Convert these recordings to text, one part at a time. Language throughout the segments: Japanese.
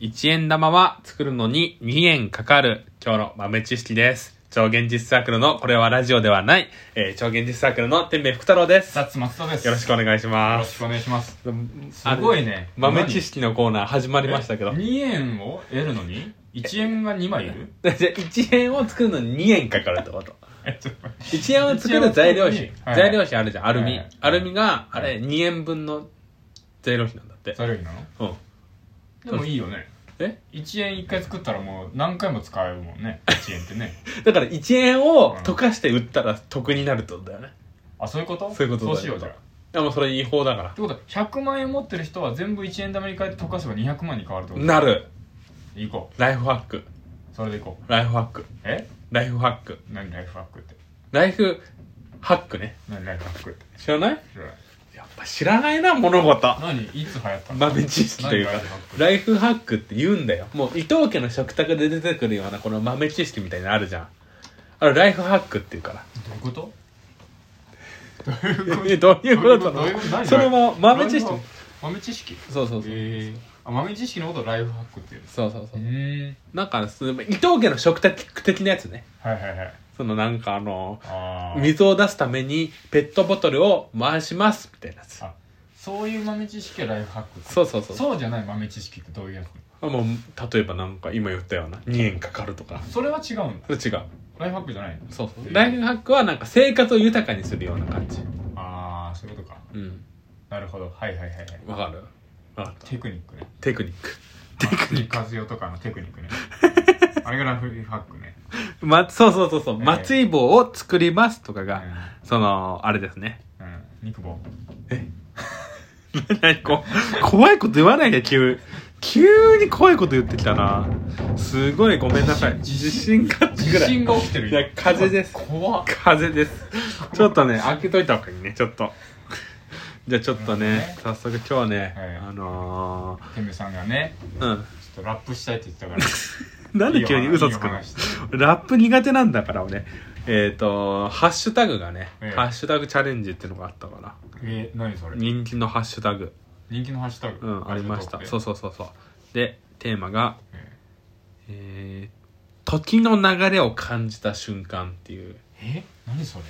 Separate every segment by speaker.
Speaker 1: 1円玉は作るのに2円かかる今日の豆知識です超現実サークルのこれはラジオではない、えー超現実サークルの天命福太郎です
Speaker 2: さつ松田です。
Speaker 1: よろしくお願いし
Speaker 2: よ
Speaker 1: ま
Speaker 2: ろし
Speaker 1: す
Speaker 2: くお願いします。す
Speaker 1: あれ
Speaker 2: ごいね。
Speaker 1: 豆知識のコーナー始ま
Speaker 2: あ
Speaker 1: りましたけど
Speaker 2: 2円を得るのに、1円が2枚いる
Speaker 1: じゃあ1円を作るのに2円かかるってこと
Speaker 2: えちょっと待って
Speaker 1: 1円を作る材料費、
Speaker 2: はい
Speaker 1: 材料費あるじゃんアルミ、
Speaker 2: はい
Speaker 1: アルミがあ
Speaker 2: は
Speaker 1: れ
Speaker 2: い
Speaker 1: 2円分の材料費なんだって、
Speaker 2: 材料費なの
Speaker 1: うん
Speaker 2: でもいいよね。
Speaker 1: え
Speaker 2: 1円1回作ったらもう何回も使えるもんね。1円ってね。
Speaker 1: だから1円を溶かして売ったら得になるってことだよね
Speaker 2: あ、そういうこと
Speaker 1: そういうことだよ
Speaker 2: そうしようじゃあ。っ
Speaker 1: でもそれ違法だから
Speaker 2: てことは、100万円持ってる人は全部1円玉に変えて溶かせば200万に変わるってこと
Speaker 1: なる
Speaker 2: 行こ
Speaker 1: ライフハック
Speaker 2: う。それで行こう。
Speaker 1: ライフハック
Speaker 2: え
Speaker 1: ライフハック
Speaker 2: 何ライフハックって。
Speaker 1: ライフハックね
Speaker 2: 何ライフハックって。
Speaker 1: 知らない
Speaker 2: 知らない
Speaker 1: やっぱ知らないな物事
Speaker 2: 何いつ流行ったの
Speaker 1: 豆知識というか
Speaker 2: 何ライフ
Speaker 1: ライフハ
Speaker 2: ハック
Speaker 1: ックって言うんだよもう伊藤家の食卓で出てくるようなこの豆知識みたいなのあるじゃんあれライフハックって言うから
Speaker 2: どういうこと
Speaker 1: え どういうこと
Speaker 2: どういうこと
Speaker 1: なの
Speaker 2: 何
Speaker 1: それも豆知識
Speaker 2: ライフ豆知識
Speaker 1: そうそうそう、
Speaker 2: えーあ豆知識のことをライフハックって言うんです
Speaker 1: そうそうそうう
Speaker 2: ーん
Speaker 1: なんかその伊藤家の食卓的なやつね
Speaker 2: はいはいはい
Speaker 1: そのなんかあの
Speaker 2: あー
Speaker 1: 水を出すためにペットボトルを回しますみたいなやつ
Speaker 2: あそういう豆知識はライフハック
Speaker 1: そううそうそう
Speaker 2: そうじゃない豆知識ってどういうやつ
Speaker 1: あもう例えばなんか今言ったような2円かかるとか
Speaker 2: それは違うんだ
Speaker 1: それ違う
Speaker 2: ライフハックじゃないんだ
Speaker 1: そうそう
Speaker 2: えー
Speaker 1: ライフハックはなんか生活を豊かにするような感じ
Speaker 2: ああそういうことか
Speaker 1: うん
Speaker 2: なるほどはいはいはいはい
Speaker 1: わかるわかった
Speaker 2: テクニックね
Speaker 1: テクニック
Speaker 2: テクニック和代とかのテクニックねあれがライフハックね
Speaker 1: ま、そうそうそうそう、
Speaker 2: ええ
Speaker 1: 松井棒を作りますとか
Speaker 2: う
Speaker 1: が、そのあれですね
Speaker 2: んうん肉棒
Speaker 1: 何こ怖いこと言わないで急急に怖いこと言ってきたなすごいごめんなさい自信がってぐ
Speaker 2: 地
Speaker 1: らい
Speaker 2: 震が起きてる
Speaker 1: いや風です
Speaker 2: 怖っ
Speaker 1: 風邪ですちょっと ね開けといた方がいいねちょっとじゃあちょっとね
Speaker 2: ね
Speaker 1: 早速今日はね、
Speaker 2: はい
Speaker 1: あの
Speaker 2: てめさんがね
Speaker 1: ー、うん
Speaker 2: ちょっとラップしたいって言ってたから
Speaker 1: なんで急に嘘つくの
Speaker 2: いい話して
Speaker 1: ラップ苦手なんだから俺えっ、とハッシュタグがね、
Speaker 2: ええ
Speaker 1: ハッシュタグチャレンジっていうのがあったから
Speaker 2: え何それ
Speaker 1: 人気のハッシュタグ
Speaker 2: 人気のハッシュタグ
Speaker 1: うんありましたそううそうそうそうでテーマが
Speaker 2: え
Speaker 1: 「えー時の流れを感じた瞬間」っていう
Speaker 2: え何そ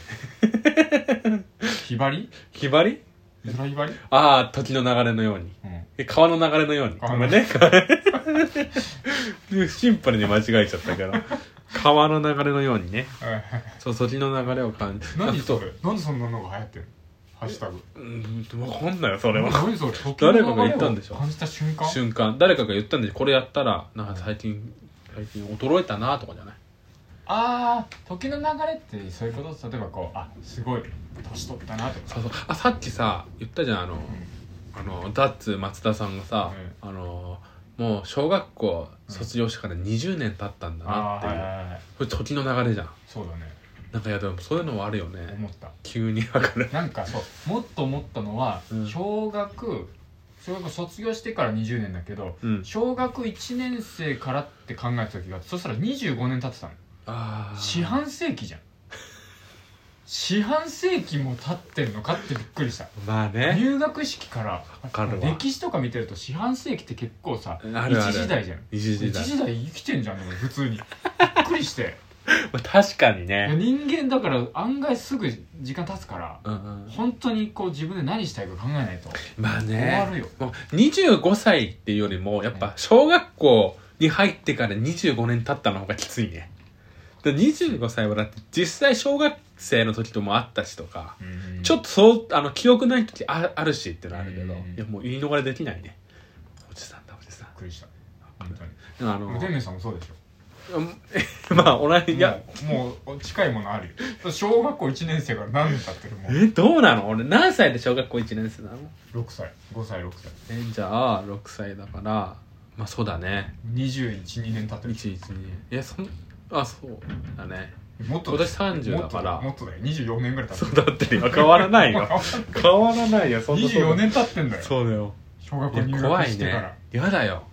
Speaker 2: れ ひばり
Speaker 1: ひばり
Speaker 2: 美空ひばり
Speaker 1: ああ時の流れのように
Speaker 2: うん
Speaker 1: え川の流れのようにご
Speaker 2: 川
Speaker 1: め
Speaker 2: の
Speaker 1: んね シンプルに間違えちゃったから川の流れのようにねそう時の流れを感じ
Speaker 2: 何
Speaker 1: と
Speaker 2: それなんでそんなのが流行ってるのハッシュタグ
Speaker 1: うん分かんないよそれは
Speaker 2: 何それ
Speaker 1: 誰かが言ったんでしょ
Speaker 2: 時の流れを感じた瞬間
Speaker 1: 瞬間誰かが言ったんでこれやったらなんか最近最近衰えたなとかじゃない
Speaker 2: ああ時の流れってそういうこと例えばこうあすごい年取ったなとか
Speaker 1: そうそうあさっきさ言ったじゃんあのあのダッツ松田さんがさ、あのもう小学校卒業してから20年経ったんだな
Speaker 2: あ
Speaker 1: って
Speaker 2: あ
Speaker 1: いう、
Speaker 2: はいはいはい
Speaker 1: これ時の流れじゃん
Speaker 2: そうだね
Speaker 1: なんかいやでもそういうのもあるよね
Speaker 2: 思った
Speaker 1: 急にわかる
Speaker 2: なんかそうもっと思ったのは
Speaker 1: うん
Speaker 2: 小学小学卒業してから20年だけど
Speaker 1: うん
Speaker 2: 小学1年生からって考えた時があってそしたら25年経ってたの
Speaker 1: ああ
Speaker 2: 四半世紀じゃん四半世紀も経ってんのかってびっくりした
Speaker 1: まあね
Speaker 2: 入学式から
Speaker 1: わかるわ
Speaker 2: 歴史とか見てると四半世紀って結構さ
Speaker 1: あるある
Speaker 2: 一時代じゃん
Speaker 1: 一時代
Speaker 2: 一時代生きてんじゃん俺普通にびっくりして
Speaker 1: まあ確かに
Speaker 2: いや
Speaker 1: ね
Speaker 2: 人間だから案外すぐ時間経つから
Speaker 1: うんうん
Speaker 2: 本当にこう自分で何したいか考えないと
Speaker 1: まあ
Speaker 2: 終わ
Speaker 1: ね
Speaker 2: るよ
Speaker 1: もう25歳っていうよりもやっぱ小学校に入ってから25年経ったの方がきついねで25歳はだって実際小学生の時ともあったしとか、ちょ
Speaker 2: っ
Speaker 1: っとそうあの記憶ない時ああるしっていうのはあるけど、
Speaker 2: う
Speaker 1: い
Speaker 2: ん
Speaker 1: やもう言い逃れできないねおじさんだおじさん
Speaker 2: びっくりした本当に
Speaker 1: あ
Speaker 2: で
Speaker 1: の
Speaker 2: も天明さんもそうでしょ
Speaker 1: うん まあ同じいや
Speaker 2: もうもう近いものあるよ小学校1年生から何年経ってるも
Speaker 1: えどうなの俺何歳で小学校1年生なの
Speaker 2: う6歳5歳6歳
Speaker 1: えじゃあ6歳だからまあそうだね
Speaker 2: 212年経ってる
Speaker 1: 112いやそんあそうだね
Speaker 2: もっと
Speaker 1: 今年30だから
Speaker 2: もっとだよもっとだよ24年ぐらい経っ
Speaker 1: そ
Speaker 2: てる
Speaker 1: うだってよ変わらない よ変わらないよそんな
Speaker 2: 24年経ってんだよ
Speaker 1: そうだよ
Speaker 2: 小学
Speaker 1: い
Speaker 2: 校
Speaker 1: や
Speaker 2: 入
Speaker 1: 怖
Speaker 2: 学
Speaker 1: い
Speaker 2: してか
Speaker 1: ね
Speaker 2: ら
Speaker 1: やだよ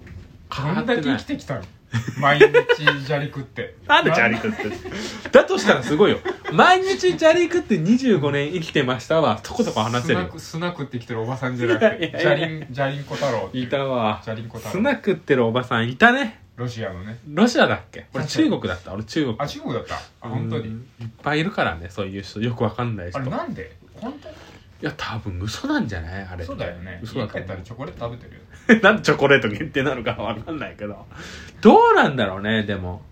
Speaker 2: こ
Speaker 1: 変わっ
Speaker 2: んだ
Speaker 1: て
Speaker 2: け
Speaker 1: な
Speaker 2: 生
Speaker 1: い
Speaker 2: きてきたの毎日砂利食って
Speaker 1: なんでチャリクってだとしたらすごいよ毎日砂利食って25年生きてましたはとことこ話せる
Speaker 2: スナ
Speaker 1: よ
Speaker 2: クスナクってきてるおばさんじゃなく
Speaker 1: いやい
Speaker 2: て
Speaker 1: やい
Speaker 2: ジャ
Speaker 1: や
Speaker 2: リンジャリンコ太郎っていう
Speaker 1: いたわ
Speaker 2: ジャリンコ太
Speaker 1: ス
Speaker 2: 郎
Speaker 1: ナ食ってるおばさんいたね
Speaker 2: ロシアのね
Speaker 1: ロシアだっけ俺中国だった俺中国
Speaker 2: あ中国だったあ本当
Speaker 1: う
Speaker 2: に
Speaker 1: んいっぱいいるからねそういう人よくわかんない人
Speaker 2: あれ
Speaker 1: い
Speaker 2: なんで本当に
Speaker 1: や多分嘘なんじゃないあれ
Speaker 2: そうだよね
Speaker 1: 嘘だ
Speaker 2: 家
Speaker 1: と
Speaker 2: 帰っ
Speaker 1: 思
Speaker 2: た
Speaker 1: う
Speaker 2: らチョコレート食べてるよ
Speaker 1: なんでチョコレート限定なのかわかんないけどどうなんだろうねでも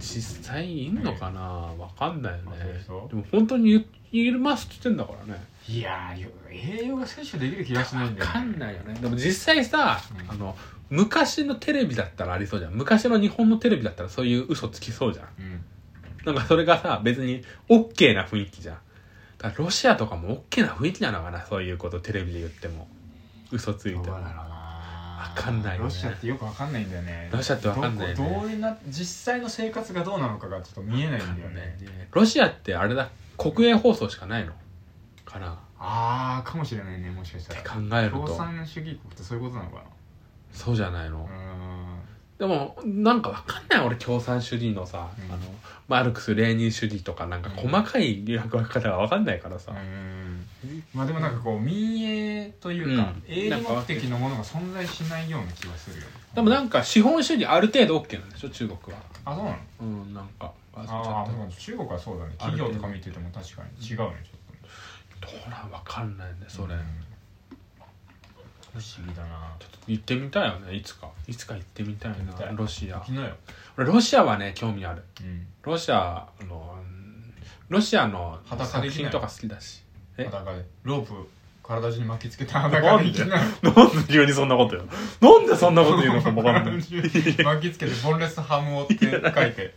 Speaker 1: 実際いんのかなわかんないよ
Speaker 2: あそうで
Speaker 1: ね
Speaker 2: しょ
Speaker 1: でも本当に言いますって言ってんだからね
Speaker 2: いやーよ栄養が摂取できる気がしないんだ
Speaker 1: わ
Speaker 2: よ
Speaker 1: かんないよねでも実際さ、
Speaker 2: うん
Speaker 1: あの昔のテレビだったらありそうじゃん昔の日本のテレビだったらそういう嘘つきそうじゃん
Speaker 2: うん
Speaker 1: なんかそれがさ別に OK な雰囲気じゃんだからロシアとかも OK な雰囲気なのかなそういうことテレビで言っても嘘ついても
Speaker 2: どうだろうな
Speaker 1: わかんないよね
Speaker 2: ロシアってよくわかんないんだよね
Speaker 1: ロシアってわかんないよ
Speaker 2: ど
Speaker 1: ね
Speaker 2: こどうな実際の生活がどうなのかがちょっと見えないんだよね
Speaker 1: ロシアってあれだ国営放送しかないのかなっ
Speaker 2: ああかもしれないねもしかした
Speaker 1: て
Speaker 2: ら
Speaker 1: 考える
Speaker 2: 共
Speaker 1: と
Speaker 2: 産主義国ってそういうことなのか
Speaker 1: そうじゃないの
Speaker 2: なうーん
Speaker 1: でもなんかわかんない俺共産主義のさ、
Speaker 2: うん
Speaker 1: あのマルクス・レーニン主義とかなんか細かい理学分け方がわかんないからさ、
Speaker 2: うーんまあでもなんかこう民営というか、
Speaker 1: うん
Speaker 2: 営利目的のものが存在しないような気がするよね
Speaker 1: でもなんか資本主義ある程度 OK なんでしょ中国は
Speaker 2: あそうなの
Speaker 1: うんなんか忘れちゃ
Speaker 2: あ
Speaker 1: っ
Speaker 2: あ
Speaker 1: た
Speaker 2: でも中国はそうだね企業とか見てても確かに違うねちょっとね
Speaker 1: どうなんわかんないんだよそれ、
Speaker 2: うん不思議だな
Speaker 1: ちょっと行ってみたいよねいつかいつか行ってみたい
Speaker 2: 行ってみ
Speaker 1: な
Speaker 2: たい
Speaker 1: ロシア
Speaker 2: 昨日よ
Speaker 1: 俺ロシアはね興味ある
Speaker 2: うん
Speaker 1: ロシアあのうんロシアの
Speaker 2: 裸
Speaker 1: 作
Speaker 2: できない
Speaker 1: 品とか好きだしえ
Speaker 2: 裸でロープ体中に巻きつけた裸でいきなり
Speaker 1: なんで急にそんなこと言うのなんでそんなこと言うのかわかんない
Speaker 2: 巻きつけてボンレスハムをって書いて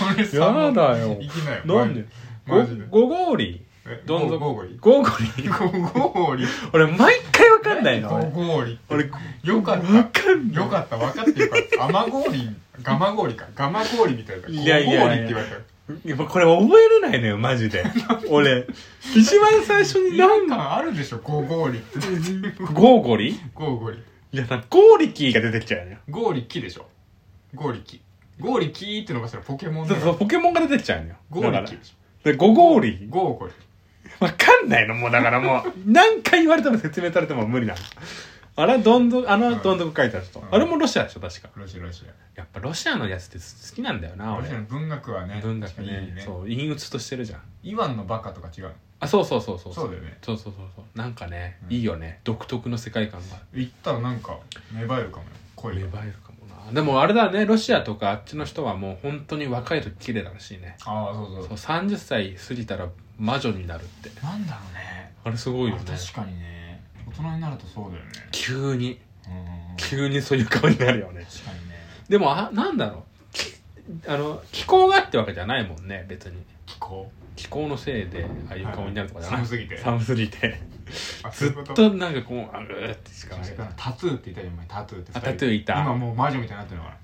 Speaker 2: ボンレスハム
Speaker 1: やだよ
Speaker 2: いきなよ
Speaker 1: なんで
Speaker 2: マジで
Speaker 1: ゴゴーリ
Speaker 2: え
Speaker 1: どん
Speaker 2: ゴ
Speaker 1: 底
Speaker 2: ーゴーゴリ
Speaker 1: ゴーゴリ
Speaker 2: ゴーゴーリ
Speaker 1: 俺毎回わかんないの
Speaker 2: ゴー
Speaker 1: 俺
Speaker 2: ゴーリ
Speaker 1: 俺
Speaker 2: よかっ
Speaker 1: わ
Speaker 2: た
Speaker 1: かんない
Speaker 2: よかった分かってよかった甘ゴーリガマゴーリかガマゴーリみたいない
Speaker 1: やいやいや
Speaker 2: ゴーゴーリって言われた
Speaker 1: やっぱこれ覚えれないのよマジで俺一番最初に
Speaker 2: 違和
Speaker 1: 何か
Speaker 2: 感あるでしょゴーゴーリ って
Speaker 1: ゴーゴリ
Speaker 2: ゴーゴーリ
Speaker 1: いやさゴーリキーが出てきちゃうのよ
Speaker 2: ゴーリキでしょゴーリキゴーリキって伸ばしたらポケモン
Speaker 1: そ
Speaker 2: だ
Speaker 1: う
Speaker 2: か
Speaker 1: そ
Speaker 2: ら
Speaker 1: うポケモンが出てきちゃうのよ
Speaker 2: ゴー
Speaker 1: だか
Speaker 2: リキ
Speaker 1: ら
Speaker 2: でしょ
Speaker 1: でゴゴーリ
Speaker 2: ゴーゴーリ
Speaker 1: わかんないのもうだからもう何回言われても説明されても無理なのあれはどんどんあのどんどん書いてある人、
Speaker 2: うん
Speaker 1: あれもロシアでしょ確か
Speaker 2: ロシアロシ
Speaker 1: やっぱロシアのやつって好きなんだよ
Speaker 2: ア
Speaker 1: な
Speaker 2: ロシアの
Speaker 1: 俺
Speaker 2: 文学はね
Speaker 1: 文学ね
Speaker 2: いいね
Speaker 1: そう陰鬱としてるじゃん
Speaker 2: イワンのバカとか違うの
Speaker 1: あそうそうそうそう
Speaker 2: そうだよね
Speaker 1: そうそうそうそうなんかね、
Speaker 2: うん
Speaker 1: いいよね独特の世界観が
Speaker 2: 行ったらなんか芽生えるかもよ恋
Speaker 1: 芽
Speaker 2: が
Speaker 1: 生えるかもなでもあれだねロシアとかあっちの人はもう本当に若い時綺麗だらしいね
Speaker 2: ああそうそう
Speaker 1: そう30歳過ぎたら魔女になるって
Speaker 2: なんだろうね
Speaker 1: あれすごいよね
Speaker 2: あ確かにね大人になるとそうだよね
Speaker 1: 急に
Speaker 2: うん確
Speaker 1: 急にそういう顔になるよね
Speaker 2: かにね
Speaker 1: でもあなんだろうきあの気候があってわけじゃないもんね別に
Speaker 2: 気候
Speaker 1: 気候のせいでああいう顔になるとかじゃない、
Speaker 2: はい寒すぎて
Speaker 1: 寒すぎて
Speaker 2: あそう
Speaker 1: ず
Speaker 2: い
Speaker 1: っ
Speaker 2: うこと
Speaker 1: となんかこうあうーってしか
Speaker 2: あ
Speaker 1: な
Speaker 2: れ
Speaker 1: い
Speaker 2: かなタトゥーって言ったじゃん前タトゥーって
Speaker 1: あタトゥーいた
Speaker 2: 今もう魔女みたいになってるのか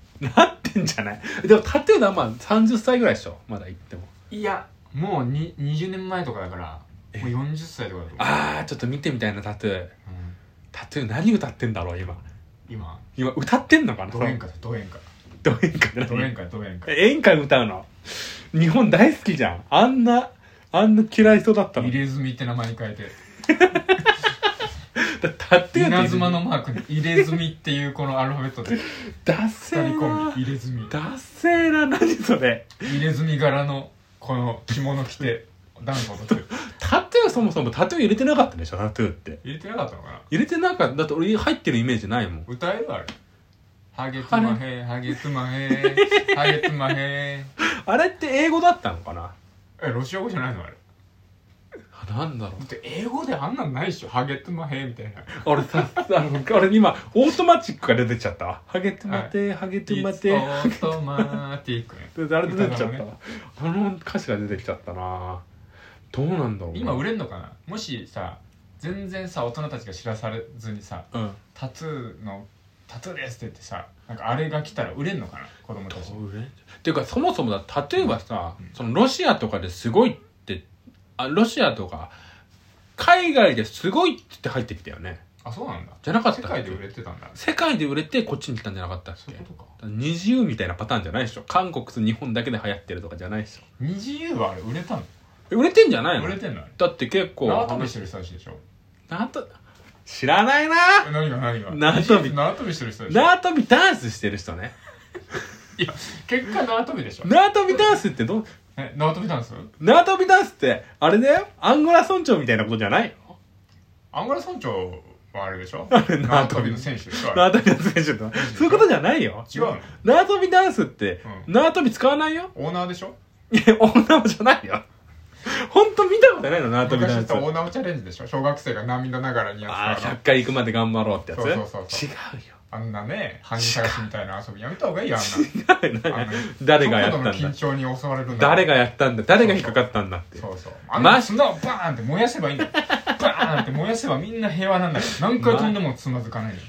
Speaker 2: な
Speaker 1: なってんじゃないでもタトゥーのはまあ30歳ぐらいでしょまだ言っても
Speaker 2: いやもうに20年前とかだから
Speaker 1: え
Speaker 2: もう40歳とかだと思う
Speaker 1: あーちょっと見てみたいなタトゥー
Speaker 2: うん
Speaker 1: タトゥー何歌ってんだろう今
Speaker 2: 今
Speaker 1: 今歌ってんのかな
Speaker 2: ド演歌だド演
Speaker 1: ド
Speaker 2: 歌
Speaker 1: 演歌って何
Speaker 2: ド演歌ド演歌
Speaker 1: 演歌歌うの日本大好きじゃんあんなあんな嫌いそうだったの
Speaker 2: 入れ墨って名前に変えて
Speaker 1: だタトゥーって
Speaker 2: 稲妻のマークに入れ墨っていうこのアルファベッ トで
Speaker 1: ダッセー
Speaker 2: 二人コ
Speaker 1: な
Speaker 2: ンビ入れ墨
Speaker 1: ダッセーな何それ
Speaker 2: 入れ墨柄のこの着物着てダンス踊ってる
Speaker 1: タトゥーそもそもタトゥー入れてなかったでしょタトゥーって
Speaker 2: 入れてなかったのかな
Speaker 1: 入れてなかっただって俺入ってるイメージないもん
Speaker 2: 歌えるあれハゲツマヘハゲツマヘハゲツマヘ
Speaker 1: あれって英語だったのかな
Speaker 2: えロシア語じゃないのあれ
Speaker 1: あなんだろ
Speaker 2: だって英語であんなんないでしょハゲツマヘみたいな
Speaker 1: う俺さ あの俺今オートマチックが出てきちゃったわハゲて待て、ハゲて待て
Speaker 2: オートマティックね
Speaker 1: であれ出てきちゃったわ、
Speaker 2: 歌
Speaker 1: あの歌詞が出てきちゃったなどうなんだろう
Speaker 2: 今売
Speaker 1: れ
Speaker 2: れんのかなもしさ全然さ大人たちが知らされずにさ
Speaker 1: うん
Speaker 2: タトゥーの「タトゥーです」って言ってさなんかあれが来たら売れんのかな子供
Speaker 1: ど
Speaker 2: たち
Speaker 1: う売れんっていうかそもそもだタトゥーはさ、そのロシアとかですごいってあロシアとか海外ですごいって入ってきたよね
Speaker 2: あそうなんだ
Speaker 1: じゃなかった
Speaker 2: 世界で売れてたんだ
Speaker 1: 世界で売れてこっちに来たんじゃなかったっ
Speaker 2: そう
Speaker 1: け
Speaker 2: いうことか
Speaker 1: 二重みたいなパターンじゃないでしょ韓国と日本だけで流行ってるとかじゃないでしょ
Speaker 2: 二次優はあれ売れたの
Speaker 1: え売れてんじゃないの
Speaker 2: 売れてんのあれ
Speaker 1: だって結構
Speaker 2: 縄跳びしてる人たちでしょ
Speaker 1: 縄跳び知らないな
Speaker 2: え何が何が
Speaker 1: 縄跳び
Speaker 2: 縄跳びしてる人でしょ
Speaker 1: 縄跳びダンスしてる人ね
Speaker 2: いや結果縄跳びでしょ
Speaker 1: 縄跳びダンスってど
Speaker 2: え縄跳びダンス
Speaker 1: 縄跳びダンスってあれだよアンゴラ村長みたいなことじゃないの
Speaker 2: アンゴラ村長はあれでしょ
Speaker 1: あれ縄跳び
Speaker 2: 縄跳びの選手でしょあれ
Speaker 1: 縄跳びダンス選手とはそういうことじゃないよ
Speaker 2: 違うの
Speaker 1: 縄跳びダンスって、
Speaker 2: う
Speaker 1: 縄跳び使わないよ
Speaker 2: オーナーでしょ
Speaker 1: いや女もじゃないよ本当見たことないの縄跳び
Speaker 2: 昔
Speaker 1: ダ
Speaker 2: 言っ
Speaker 1: ンス
Speaker 2: たオーナーチャレンジでしょ小学生が涙ながらに
Speaker 1: あ
Speaker 2: や
Speaker 1: あ
Speaker 2: つから
Speaker 1: 100回行くまで頑張ろうってやつ
Speaker 2: そうそうそうそう
Speaker 1: 違
Speaker 2: あんなね犯人探しみたいな遊びやめた方がいいよ
Speaker 1: うよ違うよ
Speaker 2: あんなあの
Speaker 1: 誰がやったんだ
Speaker 2: ちょっとの緊張に襲われるんだ
Speaker 1: 誰がやったんだ誰が引っかかったんだって
Speaker 2: そうそうあんな
Speaker 1: マジ
Speaker 2: 砂をバーンって燃やせばいいんだよバーンって燃やせばみんな平和なんだから何回飛んでもつまずかないの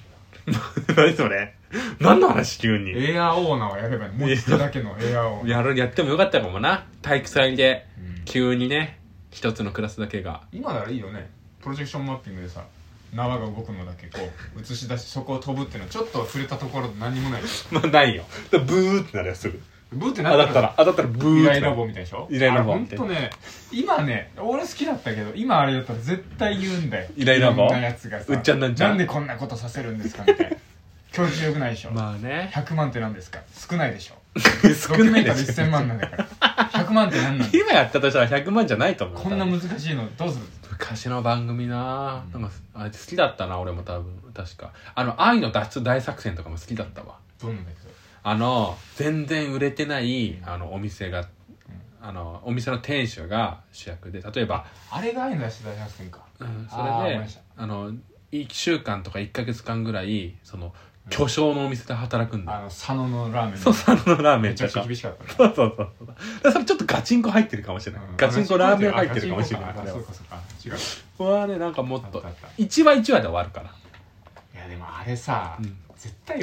Speaker 1: 何それ何の話急に
Speaker 2: エアーオーナーはやればいいの持ってるだけのエアーオーナー
Speaker 1: やるやってもよかったかもな体育祭で
Speaker 2: うん
Speaker 1: 急にね一つのクラスだけが
Speaker 2: 今ならいいよねプロジェクションマッピングでさ縄が動くのだけこう映し出しそこを飛ぶっていうのはちょっと触れたところで何もない
Speaker 1: まあないよだからブーってなるよすぐ
Speaker 2: ブーってな
Speaker 1: 当
Speaker 2: っ
Speaker 1: たっ
Speaker 2: た
Speaker 1: たら当たったらブー
Speaker 2: 依
Speaker 1: って
Speaker 2: 頼
Speaker 1: な
Speaker 2: ロ
Speaker 1: る
Speaker 2: ボみたいでしょ
Speaker 1: 依頼ロボ
Speaker 2: あれほんとね今ね俺好きだったけど今あれだったら絶対言うんだよ
Speaker 1: 依頼ロボ
Speaker 2: いろんなやつがさ
Speaker 1: うっちゃんなんちゃん
Speaker 2: なんでこんなことさせるんですかみたいな教授よくないでしょ、
Speaker 1: まあね
Speaker 2: 100万って何ですか少ないでしょ
Speaker 1: 少
Speaker 2: ドキュ
Speaker 1: な
Speaker 2: メ
Speaker 1: い
Speaker 2: ンタ
Speaker 1: で
Speaker 2: リー
Speaker 1: す
Speaker 2: 1000万なんだから100万って何なんだ
Speaker 1: 今やったとしたら100万じゃないと思う
Speaker 2: こんな難しいのどうする
Speaker 1: 昔の番組な
Speaker 2: う
Speaker 1: なんんかあれ好きだったな俺も多分確かあの「愛の脱出大作戦」とかも好きだったわ
Speaker 2: どうなんだけど
Speaker 1: あの全然売れてないあのお店があのお店の店主が主役で例えば、
Speaker 2: あれが愛の出して大作戦か
Speaker 1: うんそ
Speaker 2: あー
Speaker 1: れ
Speaker 2: 思い
Speaker 1: で
Speaker 2: ました
Speaker 1: あの1週間とか1か月間ぐらいその巨匠のお店で働くんだ
Speaker 2: あ
Speaker 1: よ、
Speaker 2: の佐野のラーメン
Speaker 1: そう佐野のラーメ
Speaker 2: め
Speaker 1: ン
Speaker 2: ちゃ
Speaker 1: と
Speaker 2: くちゃ
Speaker 1: か
Speaker 2: 厳しかったね
Speaker 1: そうそうそうそうだからそれちょっとガチンコ入ってるかもしれない、
Speaker 2: うん
Speaker 1: ガチンコラーメン入ってるかもしれない
Speaker 2: あ
Speaker 1: これは
Speaker 2: そうかそうか違う
Speaker 1: これはねなんかもっと
Speaker 2: あったあった
Speaker 1: 1話1話で終わるから
Speaker 2: いやでもあれさ、
Speaker 1: うん
Speaker 2: 絶対